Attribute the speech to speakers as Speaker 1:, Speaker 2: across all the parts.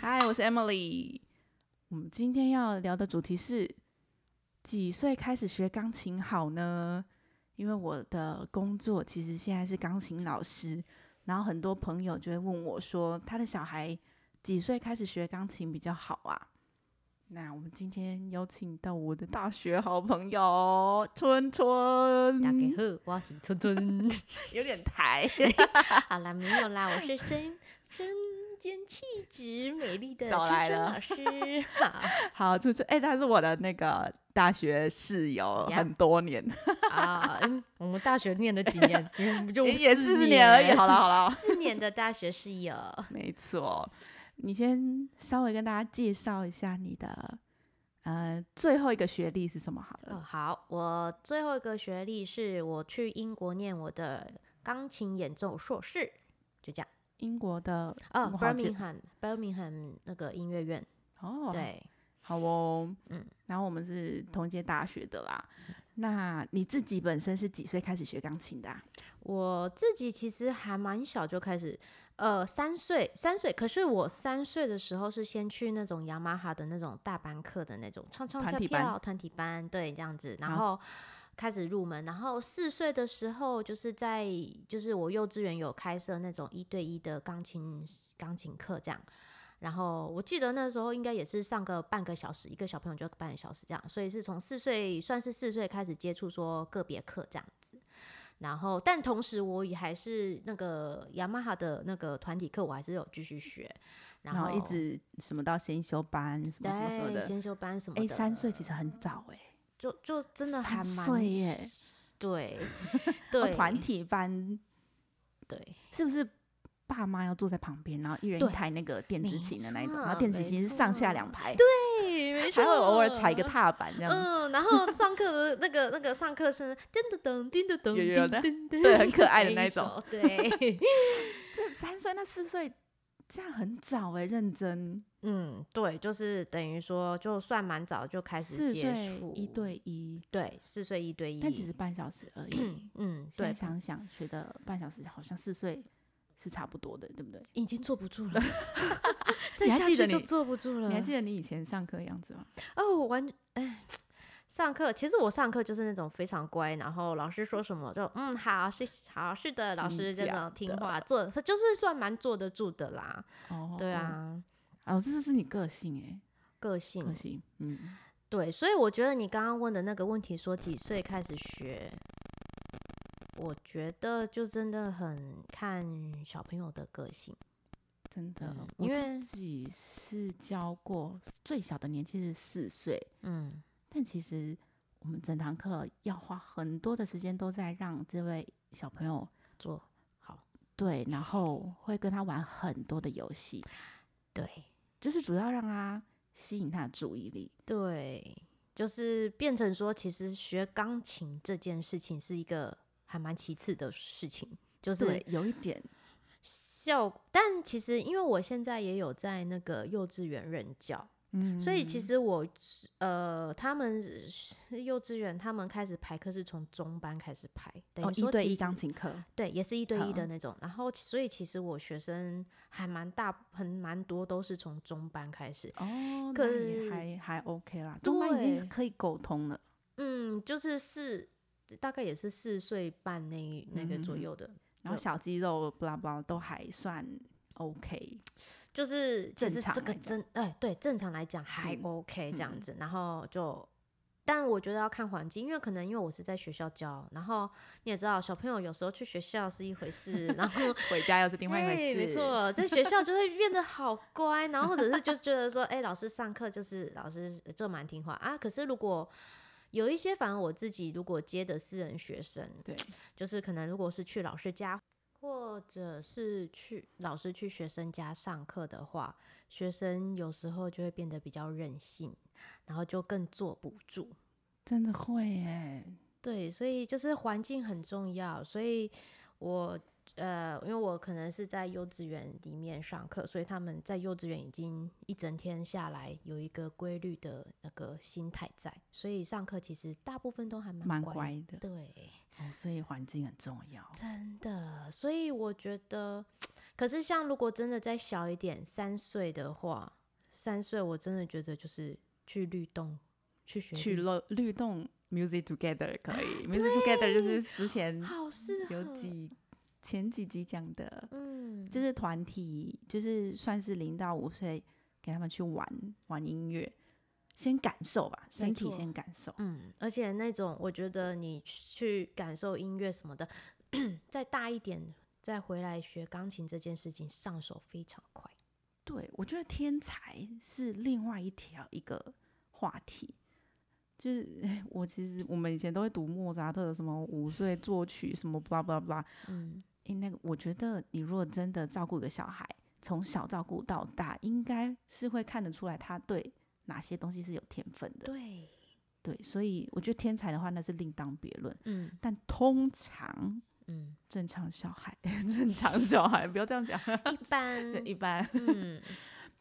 Speaker 1: 嗨，我是 Emily。我们今天要聊的主题是几岁开始学钢琴好呢？因为我的工作其实现在是钢琴老师，然后很多朋友就会问我说，他的小孩几岁开始学钢琴比较好啊？那我们今天邀请到我的大学好朋友春春，
Speaker 2: 大家好，我是春 春。
Speaker 1: 有点台，
Speaker 2: 好啦，没有啦，我是身身兼气质美丽的
Speaker 1: 少
Speaker 2: 春
Speaker 1: 来
Speaker 2: 春
Speaker 1: 了
Speaker 2: 老师。好
Speaker 1: 好，春春，哎、他是我的那个大学室友，
Speaker 2: 呀
Speaker 1: 很多年，
Speaker 2: 啊，嗯，我们大学念了几 年？嗯，就
Speaker 1: 也
Speaker 2: 四
Speaker 1: 四年而已。好了，
Speaker 2: 了，
Speaker 1: 好了，
Speaker 2: 四年的大学室友。
Speaker 1: 没错，你先稍微跟大家介绍一下你的呃最后一个学历是什么好
Speaker 2: 哦，
Speaker 1: 了。
Speaker 2: 好，我最后一个学历是我去英国念我的钢琴演奏硕士，就这样。
Speaker 1: 英国的
Speaker 2: 哦
Speaker 1: 我好记
Speaker 2: ，Birmingham，Birmingham 那个音乐院，
Speaker 1: 哦，，
Speaker 2: 对，
Speaker 1: 好哦，嗯
Speaker 2: 嗯，
Speaker 1: 然后我们是同一间大学的啦。那你自己本身是几岁开始学钢琴的、啊？
Speaker 2: 我自己其实还蛮小就开始，呃，三岁，三岁。可是我三岁的时候是先去那种雅马哈的那种大班课的那种唱唱
Speaker 1: 团
Speaker 2: 跳
Speaker 1: 体班
Speaker 2: 跳团体班，对，这样子，然
Speaker 1: 好
Speaker 2: 后开始入门。然后四岁的时候，就是在就是我幼稚园有开设那种一对一的钢琴钢琴课这样。然后我记得那时候应该也是上个半个小时，一个小朋友就半个小时这样，所以是从四岁算是四岁开始接触说个别课这样子。然后，但同时我也还是那个雅马哈的那个团体课，我还是有继续学，
Speaker 1: 然
Speaker 2: 后
Speaker 1: 后一直什么到先修班什么什么什么
Speaker 2: 对
Speaker 1: 的。
Speaker 2: 先修班什么
Speaker 1: 哎，
Speaker 2: 的。
Speaker 1: 三岁其实很早哎、
Speaker 2: 就就真
Speaker 1: 三
Speaker 2: 的还蛮
Speaker 1: 岁耶
Speaker 2: 对
Speaker 1: 哦
Speaker 2: 对
Speaker 1: 团体班
Speaker 2: 对
Speaker 1: 是不是爸妈要坐在旁边，然后一人一
Speaker 2: 对
Speaker 1: 台那个电子
Speaker 2: 没
Speaker 1: 琴的那一种，
Speaker 2: 错
Speaker 1: 然后电子
Speaker 2: 没
Speaker 1: 琴是上下
Speaker 2: 错
Speaker 1: 两排，
Speaker 2: 对，没
Speaker 1: 还会偶尔踩一个
Speaker 2: 错
Speaker 1: 踏板这样子，
Speaker 2: 嗯，然后上课的那个那个上课声，叮噔噔，叮噔噔，
Speaker 1: 有有的
Speaker 2: 叮噔噔，
Speaker 1: 对很可爱的那
Speaker 2: 一
Speaker 1: 种
Speaker 2: 首。对，
Speaker 1: 这三岁那四岁，这样很早哎、认真
Speaker 2: 嗯，对，就是等于说，就算蛮早就开始
Speaker 1: 四
Speaker 2: 接
Speaker 1: 岁
Speaker 2: 触
Speaker 1: 一对一，
Speaker 2: 对，四岁一对一。
Speaker 1: 但其实半小时而 已。
Speaker 2: 嗯，
Speaker 1: 现在
Speaker 2: 对，
Speaker 1: 想想，觉得半小时好像四岁是差不多的，对不对？
Speaker 2: 已经坐不住了，再
Speaker 1: 你还
Speaker 2: 下
Speaker 1: 记
Speaker 2: 去
Speaker 1: 得
Speaker 2: 就
Speaker 1: 你
Speaker 2: 坐不住了。
Speaker 1: 你还记得你以前上课的样子吗？
Speaker 2: 哦，我完，哎，上课其实我上课就是那种非常乖，然后老师说什么就嗯好是好是的，老
Speaker 1: 听
Speaker 2: 师这
Speaker 1: 讲
Speaker 2: 种听
Speaker 1: 的
Speaker 2: 话做，就是算蛮坐得住的啦。
Speaker 1: 哦
Speaker 2: 对，啊，
Speaker 1: 哦，这是你个性哎、
Speaker 2: 个性
Speaker 1: 个性，嗯，
Speaker 2: 对，所以我觉得你刚刚问的那个问题，说几岁开始学，我觉得就真的很看小朋友的个性。
Speaker 1: 真的
Speaker 2: 嗯，
Speaker 1: 我
Speaker 2: 因
Speaker 1: 自
Speaker 2: 为
Speaker 1: 己是教过最小的年纪是四岁，
Speaker 2: 嗯，
Speaker 1: 但其实我们整堂课要花很多的时间都在让这位小朋友
Speaker 2: 做
Speaker 1: 对，然后会跟他玩很多的游戏，
Speaker 2: 对
Speaker 1: 就是主要让他吸引他的注意力。
Speaker 2: 对，就是变成说，其实学钢琴这件事情是一个还蛮其次的事情，就是
Speaker 1: 对，有一点
Speaker 2: 效。但其实因为我现在也有在那个幼稚园任教，
Speaker 1: 嗯
Speaker 2: 所以其实我呃，他们是幼稚园他们开始排课是从中班开始排，等
Speaker 1: 哦
Speaker 2: 于
Speaker 1: 一
Speaker 2: 说
Speaker 1: 对
Speaker 2: 其
Speaker 1: 一
Speaker 2: 实
Speaker 1: 钢琴课，
Speaker 2: 对，也是一对一的
Speaker 1: 嗯
Speaker 2: 那种。然后其所以其实我学生还蛮大，很蛮多都是从中班开始。
Speaker 1: 哦，
Speaker 2: 可
Speaker 1: 那也
Speaker 2: 是
Speaker 1: 还还 OK 啦，中班已经
Speaker 2: 对
Speaker 1: 可以沟通了。
Speaker 2: 嗯，就是四大概也是四岁半那那个左
Speaker 1: 嗯
Speaker 2: 右的，
Speaker 1: 然后
Speaker 2: 就
Speaker 1: 小肌肉不拉不拉都还算 OK，
Speaker 2: 就是其
Speaker 1: 正
Speaker 2: 实
Speaker 1: 常
Speaker 2: 这个
Speaker 1: 来讲
Speaker 2: 真哎对，正常来讲还
Speaker 1: 嗯
Speaker 2: OK 这样
Speaker 1: 嗯
Speaker 2: 子，然后就。但我觉得要看环境，因为可能因为我是在学校教，然后你也知道，小朋友有时候去学校是一回事，然后
Speaker 1: 回家又是 另外一 回
Speaker 2: 哎
Speaker 1: 事。
Speaker 2: 没，错，在学校就会变得好乖，然后或者是就觉得说，哎、老师上课就是老师就蛮听话啊。可是如果有一些，反而我自己如果接的私人学生，
Speaker 1: 对，
Speaker 2: 就是可能如果是去老师家，或者是去老师去学生家上课的话，学生有时候就会变得比较任性，然后就更坐不住。
Speaker 1: 真的会哎，
Speaker 2: 对，所以就是环境很重要，所以我呃，因为我可能是在幼稚园里面上课，所以他们在幼稚园已经一整天下来有一个规律的那个心态在，所以上课其实大部分都还
Speaker 1: 蛮
Speaker 2: 乖
Speaker 1: 乖的，
Speaker 2: 对，
Speaker 1: 哦，所以环境很重要。
Speaker 2: 真的，所以我觉得，可是像如果真的再小一点，三岁的话，三岁我真的觉得就是去律动，去学
Speaker 1: 去
Speaker 2: 律
Speaker 1: 律律动 Music Together 可以，Music Together 就是之前
Speaker 2: 好适合，
Speaker 1: 有几前几集讲的，
Speaker 2: 嗯，
Speaker 1: 就是团体，就是算是零到五岁给他们去玩玩音乐，先感受吧，身体
Speaker 2: 错
Speaker 1: 先感受。
Speaker 2: 嗯，而且那种我觉得你去感受音乐什么的，再大一点再回来学钢琴这件事情上手非常快。
Speaker 1: 对，我觉得天才是另外一条一个话题。就是 我其实我们以前都会读莫扎特什么五岁作曲什么 blah blah blah，
Speaker 2: 嗯，
Speaker 1: 诶，那个我觉得你如果真的照顾一个小孩，从小照顾到大，应该是会看得出来他对哪些东西是有天分的。
Speaker 2: 对，
Speaker 1: 对，所以我觉得天才的话那是另当别论，
Speaker 2: 嗯
Speaker 1: 但通常
Speaker 2: 嗯，
Speaker 1: 正常小孩， 正常小孩不要这样 讲，
Speaker 2: 一般，
Speaker 1: 对一般
Speaker 2: 嗯，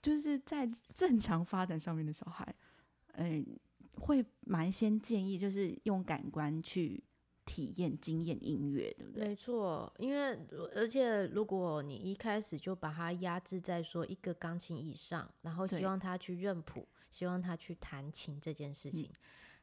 Speaker 1: 就是在正常发展上面的小孩，嗯、会蛮先建议就是用感官去体验、经验音乐，对不对？
Speaker 2: 没错，因为呃而且如果你一开始就把它压制在说一个钢琴以上，然后希
Speaker 1: 对
Speaker 2: 望他去认谱，希望他去弹琴这件
Speaker 1: 嗯
Speaker 2: 事情，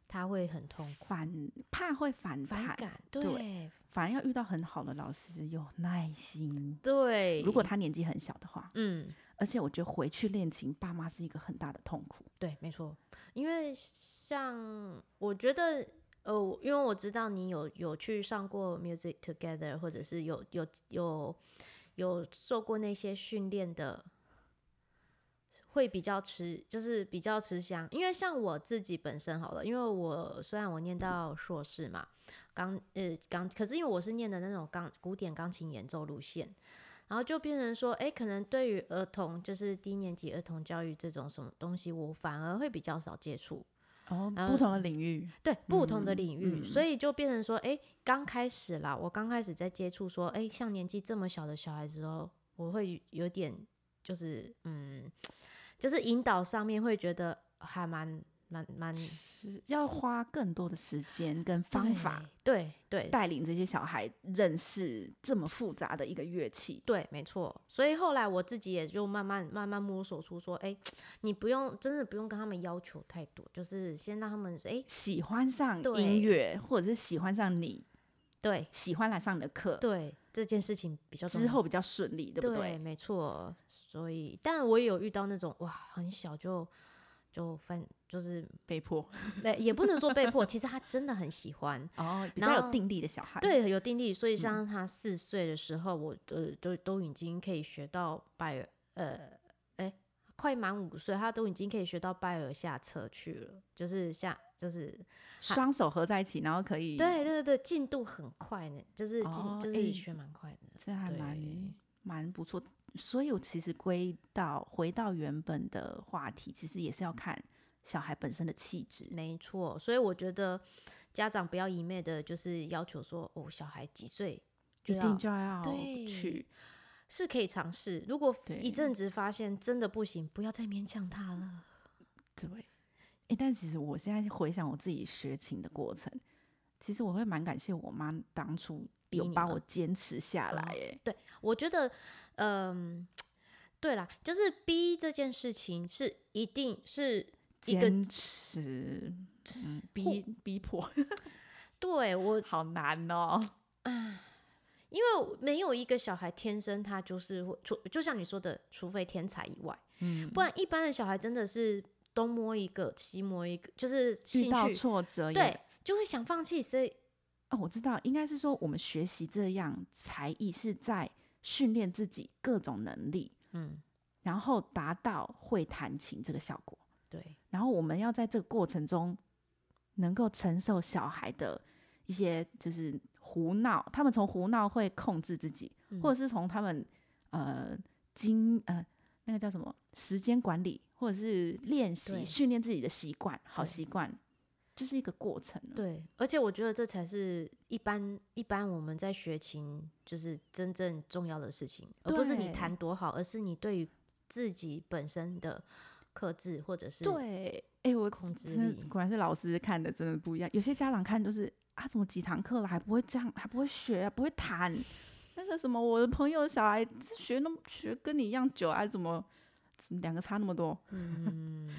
Speaker 2: 他会很痛苦、
Speaker 1: 反怕会反弹，
Speaker 2: 反感。
Speaker 1: 对
Speaker 2: 对
Speaker 1: 反而要遇到很好的老师，有耐心。
Speaker 2: 对，
Speaker 1: 如果他年纪很小的话，
Speaker 2: 嗯，
Speaker 1: 而且我觉得回去练琴，爸妈是一个很大的痛苦。
Speaker 2: 对，没错，因为像我觉得，呃，我因为我知道你有有去上过 Music Together，或者是有有有有受过那些训练的，会比较吃，就是比较吃香。因为像我自己本身好了，因为我虽然我念到硕士嘛，钢呃钢，可是因为我是念的那种钢古典钢琴演奏路线，然后就变成说，哎，可能对于儿童，就是低年级儿童教育这种什么东西，我反而会比较少接触。
Speaker 1: 哦，
Speaker 2: 然
Speaker 1: 不
Speaker 2: 后
Speaker 1: 同的领域，
Speaker 2: 对不同的
Speaker 1: 嗯
Speaker 2: 领域，
Speaker 1: 嗯
Speaker 2: 所以就变成说，哎，刚开始啦，我刚开始在接触说，哎，像年纪这么小的小孩子哦，我会有点就是嗯，就是引导上面会觉得还蛮蛮蛮
Speaker 1: 是要花更多的时间跟方法，
Speaker 2: 对对
Speaker 1: 带
Speaker 2: 是
Speaker 1: 领这些小孩认识这么复杂的一个乐器。
Speaker 2: 对，没错。所以后来我自己也就慢慢慢慢摸索出说，哎、你不用真的不用跟他们要求太多，就是先让他们哎、
Speaker 1: 喜欢上
Speaker 2: 对
Speaker 1: 音乐，或者是喜欢上你，
Speaker 2: 对
Speaker 1: 喜欢来上你的课，
Speaker 2: 对，这件事情比较重
Speaker 1: 之
Speaker 2: 要
Speaker 1: 后比较顺利，对
Speaker 2: 对
Speaker 1: 不对？
Speaker 2: 没错。所以，但我也有遇到那种哇，很小就就反就是，
Speaker 1: 被迫
Speaker 2: 呃也不能说被迫，其实他真的很喜欢，
Speaker 1: 哦，比
Speaker 2: 然
Speaker 1: 较有
Speaker 2: 后
Speaker 1: 定力的小孩，，嗯
Speaker 2: 对，有定力。所以像他四岁的时候，我呃都都已经可以学到拜耳，呃，哎、快满五岁，他都已经可以学到拜耳下册去了，就是下就是
Speaker 1: 双手合在一起，然后可以，
Speaker 2: 对，对对，进度很快呢，就是进、
Speaker 1: 哦
Speaker 2: 就
Speaker 1: 哎
Speaker 2: 是学蛮快的，
Speaker 1: 这还蛮
Speaker 2: 对
Speaker 1: 蛮不错。所以，我其实归到回到原本的话题，其实也是要看小孩本身的气质。
Speaker 2: 没错。所以我觉得家长不要一昧的，就是要求说哦，小孩几岁
Speaker 1: 一
Speaker 2: 就要
Speaker 1: 定就要
Speaker 2: 对
Speaker 1: 去，
Speaker 2: 是可以尝试，如果
Speaker 1: 对
Speaker 2: 一阵子发现真的不行，不要再勉强他了。
Speaker 1: 对。诶，但其实我现在回想我自己学琴的过程，其实我会蛮感谢我妈当初
Speaker 2: 逼
Speaker 1: 有
Speaker 2: 你
Speaker 1: 把
Speaker 2: 吗
Speaker 1: 我坚持下来、
Speaker 2: 哦
Speaker 1: 诶，
Speaker 2: 我觉得，嗯、对啦，就是逼这件事情是一定是一个
Speaker 1: 坚持，嗯，逼逼迫，
Speaker 2: 对我，
Speaker 1: 好难哦。
Speaker 2: 因为没有一个小孩天生他就是会，除就像你说的，除非天才以外，
Speaker 1: 嗯，
Speaker 2: 不然一般的小孩真的是东摸一个西摸一个，就是
Speaker 1: 遇
Speaker 2: 兴
Speaker 1: 到
Speaker 2: 趣
Speaker 1: 挫折也
Speaker 2: 对就会想放弃，所以
Speaker 1: 哦，我知道，应该是说我们学习这样才艺是在训练自己各种能力，
Speaker 2: 嗯，
Speaker 1: 然后达到会弹琴这个效果。
Speaker 2: 对
Speaker 1: 然后我们要在这个过程中能够承受小孩的一些就是胡闹，他们从胡闹会控制自己，
Speaker 2: 嗯
Speaker 1: 或者是从他们呃经呃那个叫什么时间管理，或者是练习
Speaker 2: 对
Speaker 1: 训练自己的习惯，好
Speaker 2: 对
Speaker 1: 习惯。就是一个过程啊、
Speaker 2: 对，而且我觉得这才是一般一般我们在学琴就是真正重要的事情，而不是你
Speaker 1: 对
Speaker 2: 弹多好，而是你对于自己本身的克制或者是
Speaker 1: 对，哎、我
Speaker 2: 控制
Speaker 1: 真
Speaker 2: 力
Speaker 1: 的果然是老师看的真的不一样。有些家长看就是啊，怎么几堂课了还不会这样，还不会学，不会弹。那个什么，我的朋友小孩这学那么学跟你一样久啊，怎么怎么两个差那么多？
Speaker 2: 嗯，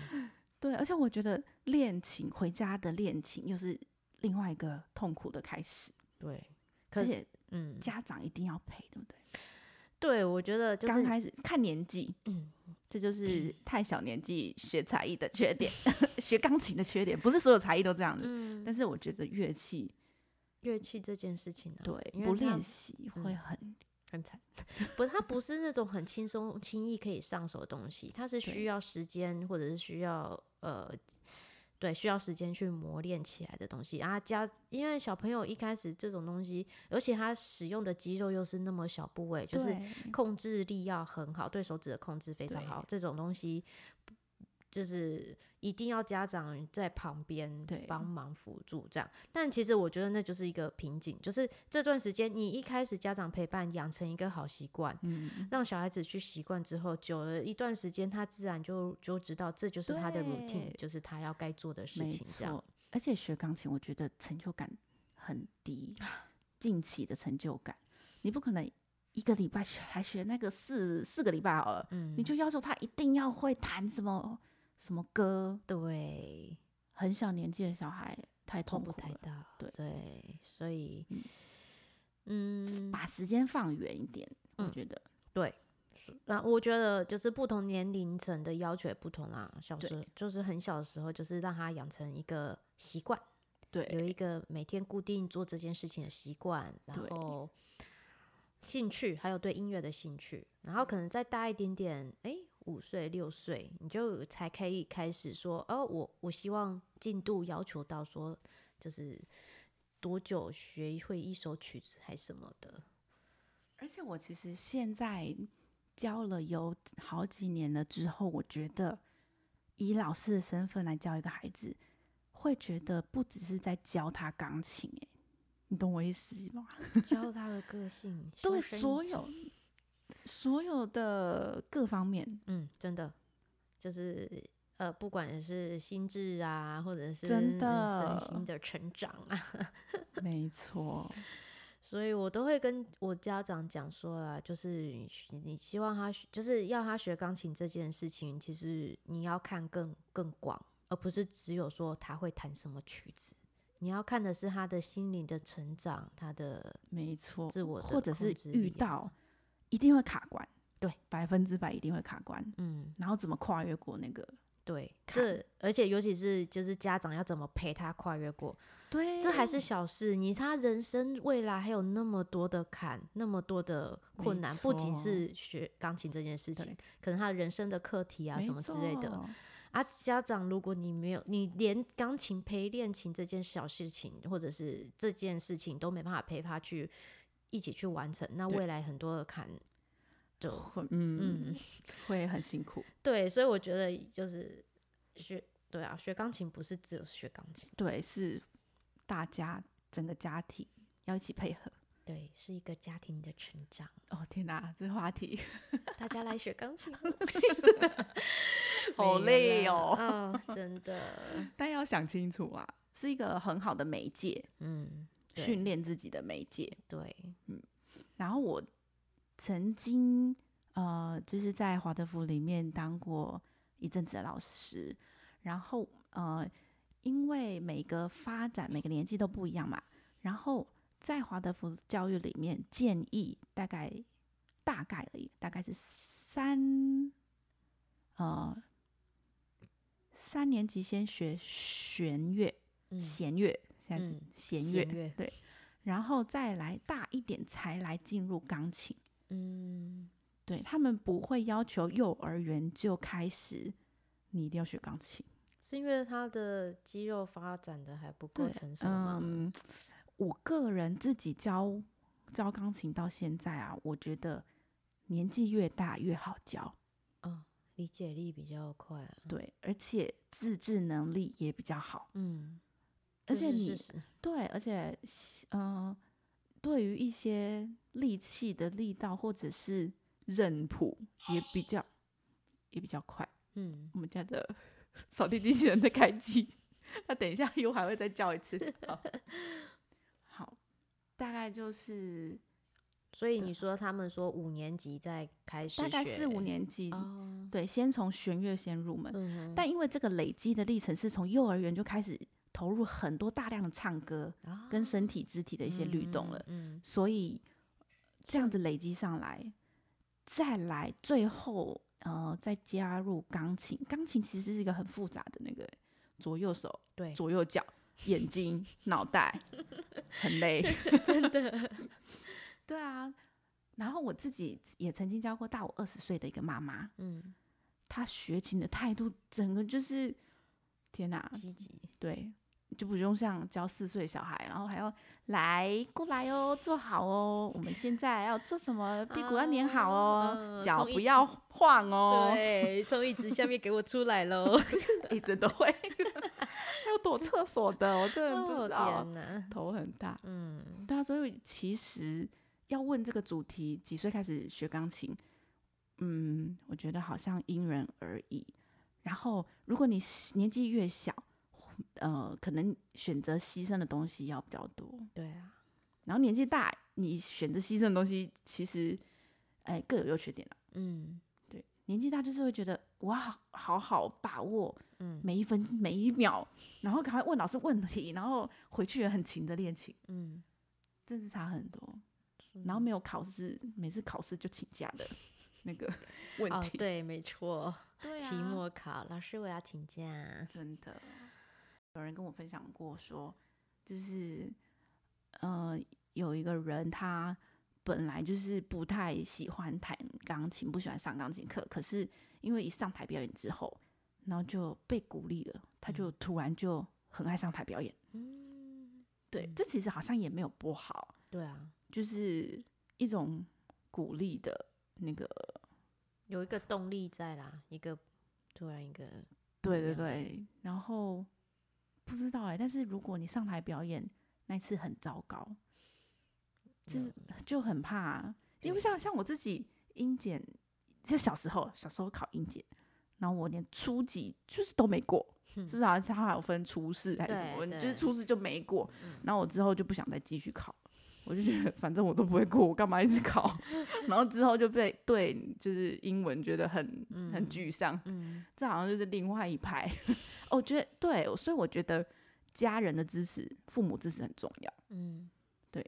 Speaker 1: 对，而且我觉得练琴回家的练琴又是另外一个痛苦的开始，
Speaker 2: 对，
Speaker 1: 而
Speaker 2: 可是
Speaker 1: 且
Speaker 2: 嗯，
Speaker 1: 家长一定要陪，对不对？
Speaker 2: 对我觉得就
Speaker 1: 刚
Speaker 2: 是
Speaker 1: 开始看年纪，
Speaker 2: 嗯
Speaker 1: 这就是太小年纪学才艺的缺点， 学钢琴的缺点，不是所有才艺都这样子。
Speaker 2: 嗯，
Speaker 1: 但是我觉得乐器
Speaker 2: 乐器这件事情呢、啊
Speaker 1: 对
Speaker 2: 嗯因为
Speaker 1: 不
Speaker 2: 它
Speaker 1: 练习会
Speaker 2: 嗯
Speaker 1: 很、
Speaker 2: 很惨， 不，它不是那种很轻松、轻易可以上手的东西，它是需
Speaker 1: 对
Speaker 2: 要时间，或者是需要呃，对，需要时间去磨练起来的东西。啊，加，因为小朋友一开始这种东西，而且他使用的肌肉又是那么小部位，就是
Speaker 1: 对
Speaker 2: 控制力要很好，对手指的控制非常好，这种东西就是一定要家长在旁边
Speaker 1: 对
Speaker 2: 帮忙辅助这样。但其实我觉得那就是一个瓶颈，就是这段时间你一开始家长陪伴，养成一个好习惯。
Speaker 1: 嗯，
Speaker 2: 让小孩子去习惯之后，久了一段时间，他自然就就知道这就是他的 routine，
Speaker 1: 对
Speaker 2: 就是他要该做的事
Speaker 1: 没
Speaker 2: 情。这样
Speaker 1: 错，。而且学钢琴，我觉得成就感很低，
Speaker 2: 啊
Speaker 1: 近期的成就感，你不可能一个礼拜学才学那个四四个礼拜好了，
Speaker 2: 嗯，
Speaker 1: 你就要求他一定要会弹什么什么歌，
Speaker 2: 对，
Speaker 1: 很小年纪的小孩太
Speaker 2: 做
Speaker 1: 痛
Speaker 2: 不
Speaker 1: 苦
Speaker 2: 太
Speaker 1: 了，
Speaker 2: 到，
Speaker 1: 对
Speaker 2: 所以，嗯，
Speaker 1: 把时间放远一点，我
Speaker 2: 嗯
Speaker 1: 觉得
Speaker 2: 那我觉得就是不同年龄层的要求也不同啦。小
Speaker 1: 对
Speaker 2: 时候就是很小的时候，就是让他养成一个习惯，有
Speaker 1: 对
Speaker 2: 一个每天固定做这件事情的习惯，然
Speaker 1: 对
Speaker 2: 后兴趣，还有对音乐的兴趣。然后可能再大一点点，诶，五岁六岁，你就才可以开始说，哦，我我希望进度要求到说，就是多久学会一首曲子还是什么的。
Speaker 1: 而且我其实现在教了有好几年了之后，我觉得以老师的身份来教一个孩子，会觉得不只是在教他钢琴、欸，你懂我意思吗？
Speaker 2: 教他的个 性，
Speaker 1: 对，
Speaker 2: 修身
Speaker 1: 所有所有的各方面，
Speaker 2: 嗯，真的，就是呃，不管是心智啊，或者是嗯
Speaker 1: 真
Speaker 2: 身
Speaker 1: 的
Speaker 2: 心的成长啊，
Speaker 1: 没错，
Speaker 2: 所以我都会跟我家长讲说啊，就是你你希望他学就是要他学钢琴这件事情，其实你要看更更广，而不是只有说他会弹什么曲子。你要看的是他的心灵的成长，他的
Speaker 1: 没错，
Speaker 2: 自我的
Speaker 1: 或者
Speaker 2: 控
Speaker 1: 是
Speaker 2: 制力
Speaker 1: 遇
Speaker 2: 啊
Speaker 1: 到一定会卡关，
Speaker 2: 对，
Speaker 1: 百分之百一定会卡关，
Speaker 2: 嗯，
Speaker 1: 然后怎么跨越过那个？
Speaker 2: 对，
Speaker 1: 看
Speaker 2: 这而且尤其是就是家长要怎么陪他跨越过，
Speaker 1: 对，
Speaker 2: 这还是小事，你他人生未来还有那么多的坎，那么多的困
Speaker 1: 没
Speaker 2: 难，不仅
Speaker 1: 错
Speaker 2: 是学钢琴这件事情
Speaker 1: 对，
Speaker 2: 可能他人生的课题啊
Speaker 1: 没
Speaker 2: 什么之类的。
Speaker 1: 错
Speaker 2: 啊，家长，如果你没有，你连钢琴陪练琴这件小事情，或者是这件事情都没办法陪他去一起去完成，那
Speaker 1: 对
Speaker 2: 未来很多的坎就
Speaker 1: 会嗯
Speaker 2: 嗯，
Speaker 1: 会很辛苦。
Speaker 2: 对，所以我觉得就是学对啊，学钢琴不是只有学钢琴，
Speaker 1: 对，是大家整个家庭要一起配合。
Speaker 2: 对，是一个家庭的成长。
Speaker 1: 哦天哪，这话题，
Speaker 2: 大家来学钢琴
Speaker 1: 好累哦
Speaker 2: 啊、真 的，
Speaker 1: 但要想清楚啊，是一个很好的媒介，
Speaker 2: 嗯，对
Speaker 1: 训练自己的媒介。
Speaker 2: 对，
Speaker 1: 然后我曾经呃，就是在华德福里面当过一阵子的老师，然后呃，因为每个发展每个年纪都不一样嘛，然后在华德福教育里面建议大概大概而已，大概是三呃三年级先学弦乐，
Speaker 2: 嗯，
Speaker 1: 弦乐，现在是
Speaker 2: 嗯
Speaker 1: 弦乐，
Speaker 2: 弦乐
Speaker 1: 对，然后再来大一点才来进入钢琴。
Speaker 2: 嗯，
Speaker 1: 对他们不会要求幼儿园就开始，你一定要学钢琴。
Speaker 2: 是因为他的肌肉发展的还不够
Speaker 1: 对
Speaker 2: 成熟吗？
Speaker 1: 嗯，我个人自己教教钢琴到现在啊，我觉得年纪越大越好教，
Speaker 2: 哦，理解力比较快、啊，
Speaker 1: 对，而且自制能力也比较好。
Speaker 2: 嗯，
Speaker 1: 而且
Speaker 2: 这是
Speaker 1: 你
Speaker 2: 事实
Speaker 1: 对，而且嗯、呃对于一些力气的力道或者是韧谱也比较也比较快。
Speaker 2: 嗯，
Speaker 1: 我们家的 扫地机器人在开机， 那等一下又还会再叫一次。 好好，大概就是
Speaker 2: 所以你说他们说五年级再开始
Speaker 1: 大
Speaker 2: 学，
Speaker 1: 概四五年级，
Speaker 2: 哦，
Speaker 1: 对，先从弦乐先入门。
Speaker 2: 嗯哼，
Speaker 1: 但因为这个累积的历程是从幼儿园就开始投入很多大量的唱歌
Speaker 2: 啊
Speaker 1: 跟身体肢体的一些律动了，
Speaker 2: 嗯，嗯
Speaker 1: 所以这样子累积上来，再来最后呃再加入钢琴，钢琴其实是一个很复杂的那个左右手、
Speaker 2: 对，
Speaker 1: 左 右脚、眼睛、脑 袋，很累。
Speaker 2: 真 的，
Speaker 1: 对啊，然后我自己也曾经教过大我二十岁的一个妈妈，
Speaker 2: 嗯，
Speaker 1: 她学琴的态度，整个就是天哪、
Speaker 2: 积极，
Speaker 1: 对，就不用像教四岁小孩，然后还要来过来哦，坐好哦，我们现在要做什么？屁股要粘好
Speaker 2: 啊
Speaker 1: 哦，
Speaker 2: 嗯
Speaker 1: 脚、
Speaker 2: 从
Speaker 1: 不
Speaker 2: 一
Speaker 1: 要晃哦，
Speaker 2: 对，从椅子下面给我出 来喽！
Speaker 1: 一直都会。 还有躲厕所的，我真的不
Speaker 2: 哦
Speaker 1: 知道，
Speaker 2: 天哪，
Speaker 1: 头很大。
Speaker 2: 嗯，
Speaker 1: 对啊，所以其实要问这个主题，几岁开始学钢琴？嗯，我觉得好像因人而异。然后，如果你是年纪越小，呃，可能选择牺牲的东西要比较多。
Speaker 2: 对啊，
Speaker 1: 然后年纪大，你选择牺牲的东西，其实，哎，各有优缺点了。
Speaker 2: 嗯
Speaker 1: 对，年纪大就是会觉得哇，好好把握
Speaker 2: 嗯
Speaker 1: 每一分每一秒，然后赶快问老师问题，然后回去也很勤的练琴，
Speaker 2: 嗯，
Speaker 1: 真是差很多。然后没有考试，每次考试就请假 的那个问
Speaker 2: 哦，
Speaker 1: 题。
Speaker 2: 对，没错，
Speaker 1: 对啊
Speaker 2: 期末考，老师我要请假，
Speaker 1: 真的，有人跟我分享过说，就是呃，有一个人他本来就是不太喜欢弹钢琴，不喜欢上钢琴课，可是因为一上台表演之后，然后就被鼓励了，他就突然就很爱上台表演。
Speaker 2: 嗯，
Speaker 1: 对，这其实好像也没有不好，
Speaker 2: 对啊，
Speaker 1: 就是一种鼓励的那个。
Speaker 2: 有一个动力在啦，一个突然一个，
Speaker 1: 对对
Speaker 2: 了解
Speaker 1: 对，然后不知道哎、但是如果你上台表演那一次很糟糕，就是就很怕啊，因为
Speaker 2: 对
Speaker 1: 像像我自己英检，就小时候小时候考英检，然后我连初级就是都没过，
Speaker 2: 哼
Speaker 1: 是不是好像还有分初试还是什么？
Speaker 2: 对
Speaker 1: 你就是
Speaker 2: 对
Speaker 1: 初试就没过，
Speaker 2: 嗯
Speaker 1: 然后我之后就不想再继续考。我就觉得 反正我都不会过，我干嘛一直 考？然后之后就被对就是英文觉得很很
Speaker 2: 嗯
Speaker 1: 沮丧，
Speaker 2: 嗯，
Speaker 1: 这好像就是另外一派。 我哦觉得对，所以我觉得家人的支持、父母支持很重要。
Speaker 2: 嗯，
Speaker 1: 对，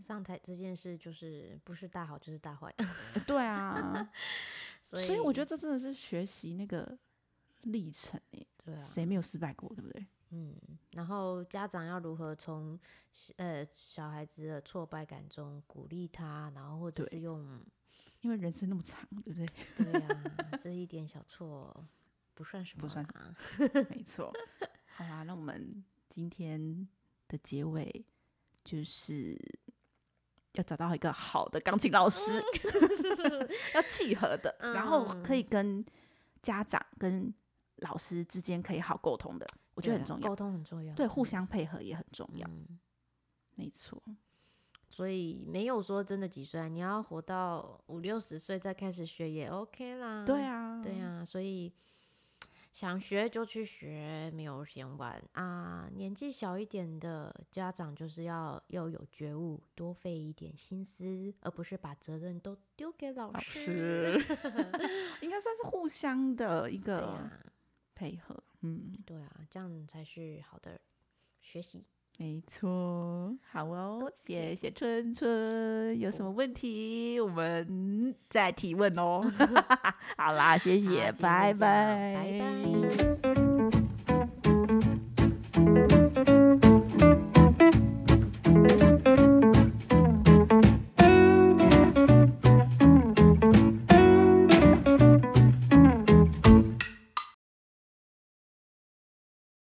Speaker 2: 上台这件事就是不是大好就是大坏，
Speaker 1: 呃对 啊，
Speaker 2: 所
Speaker 1: 所
Speaker 2: 以
Speaker 1: 以我觉得这
Speaker 2: 得
Speaker 1: 真的是学习那个历程诶、
Speaker 2: 对啊，
Speaker 1: 谁没有失败过，对不对？
Speaker 2: 嗯，然后家长要如何从呃小孩子的挫败感中鼓励他，然后或者
Speaker 1: 对
Speaker 2: 是用
Speaker 1: 因为人生那么长，对不
Speaker 2: 对呀、这一点小错不算什么
Speaker 1: 不
Speaker 2: 啦，
Speaker 1: 算对？ 没错。好啦，那我们今天的结尾就是要找到一个好的钢琴老师， 要契合的，然后可以跟家长跟老师之间可以好沟通的，我
Speaker 2: 我
Speaker 1: 觉得很重要
Speaker 2: 沟。通很重要，
Speaker 1: 对，互
Speaker 2: 真的
Speaker 1: 相配合也很重要。
Speaker 2: 嗯
Speaker 1: 没错，
Speaker 2: 所以没有说真的几岁啊，你要活到五六十岁再开始学也 OK 啦。
Speaker 1: 对，啊，
Speaker 2: 对，啊，所以想学就去学，没有嫌晚啊。年纪小一点的家长就是要要有觉悟，多费一点心思，而不是把责任都丢给老
Speaker 1: 老
Speaker 2: 师。
Speaker 1: 师应该算是互相的一
Speaker 2: 对
Speaker 1: 个
Speaker 2: 啊，
Speaker 1: 配合。嗯，
Speaker 2: 对啊，这样才是好的学习。
Speaker 1: 没错。好哦，谢谢春春。有什么问题我们再提问哦。好啦，谢
Speaker 2: 好
Speaker 1: 谢，
Speaker 2: 今天
Speaker 1: 拜
Speaker 2: 就这样
Speaker 1: 拜，
Speaker 2: 拜拜。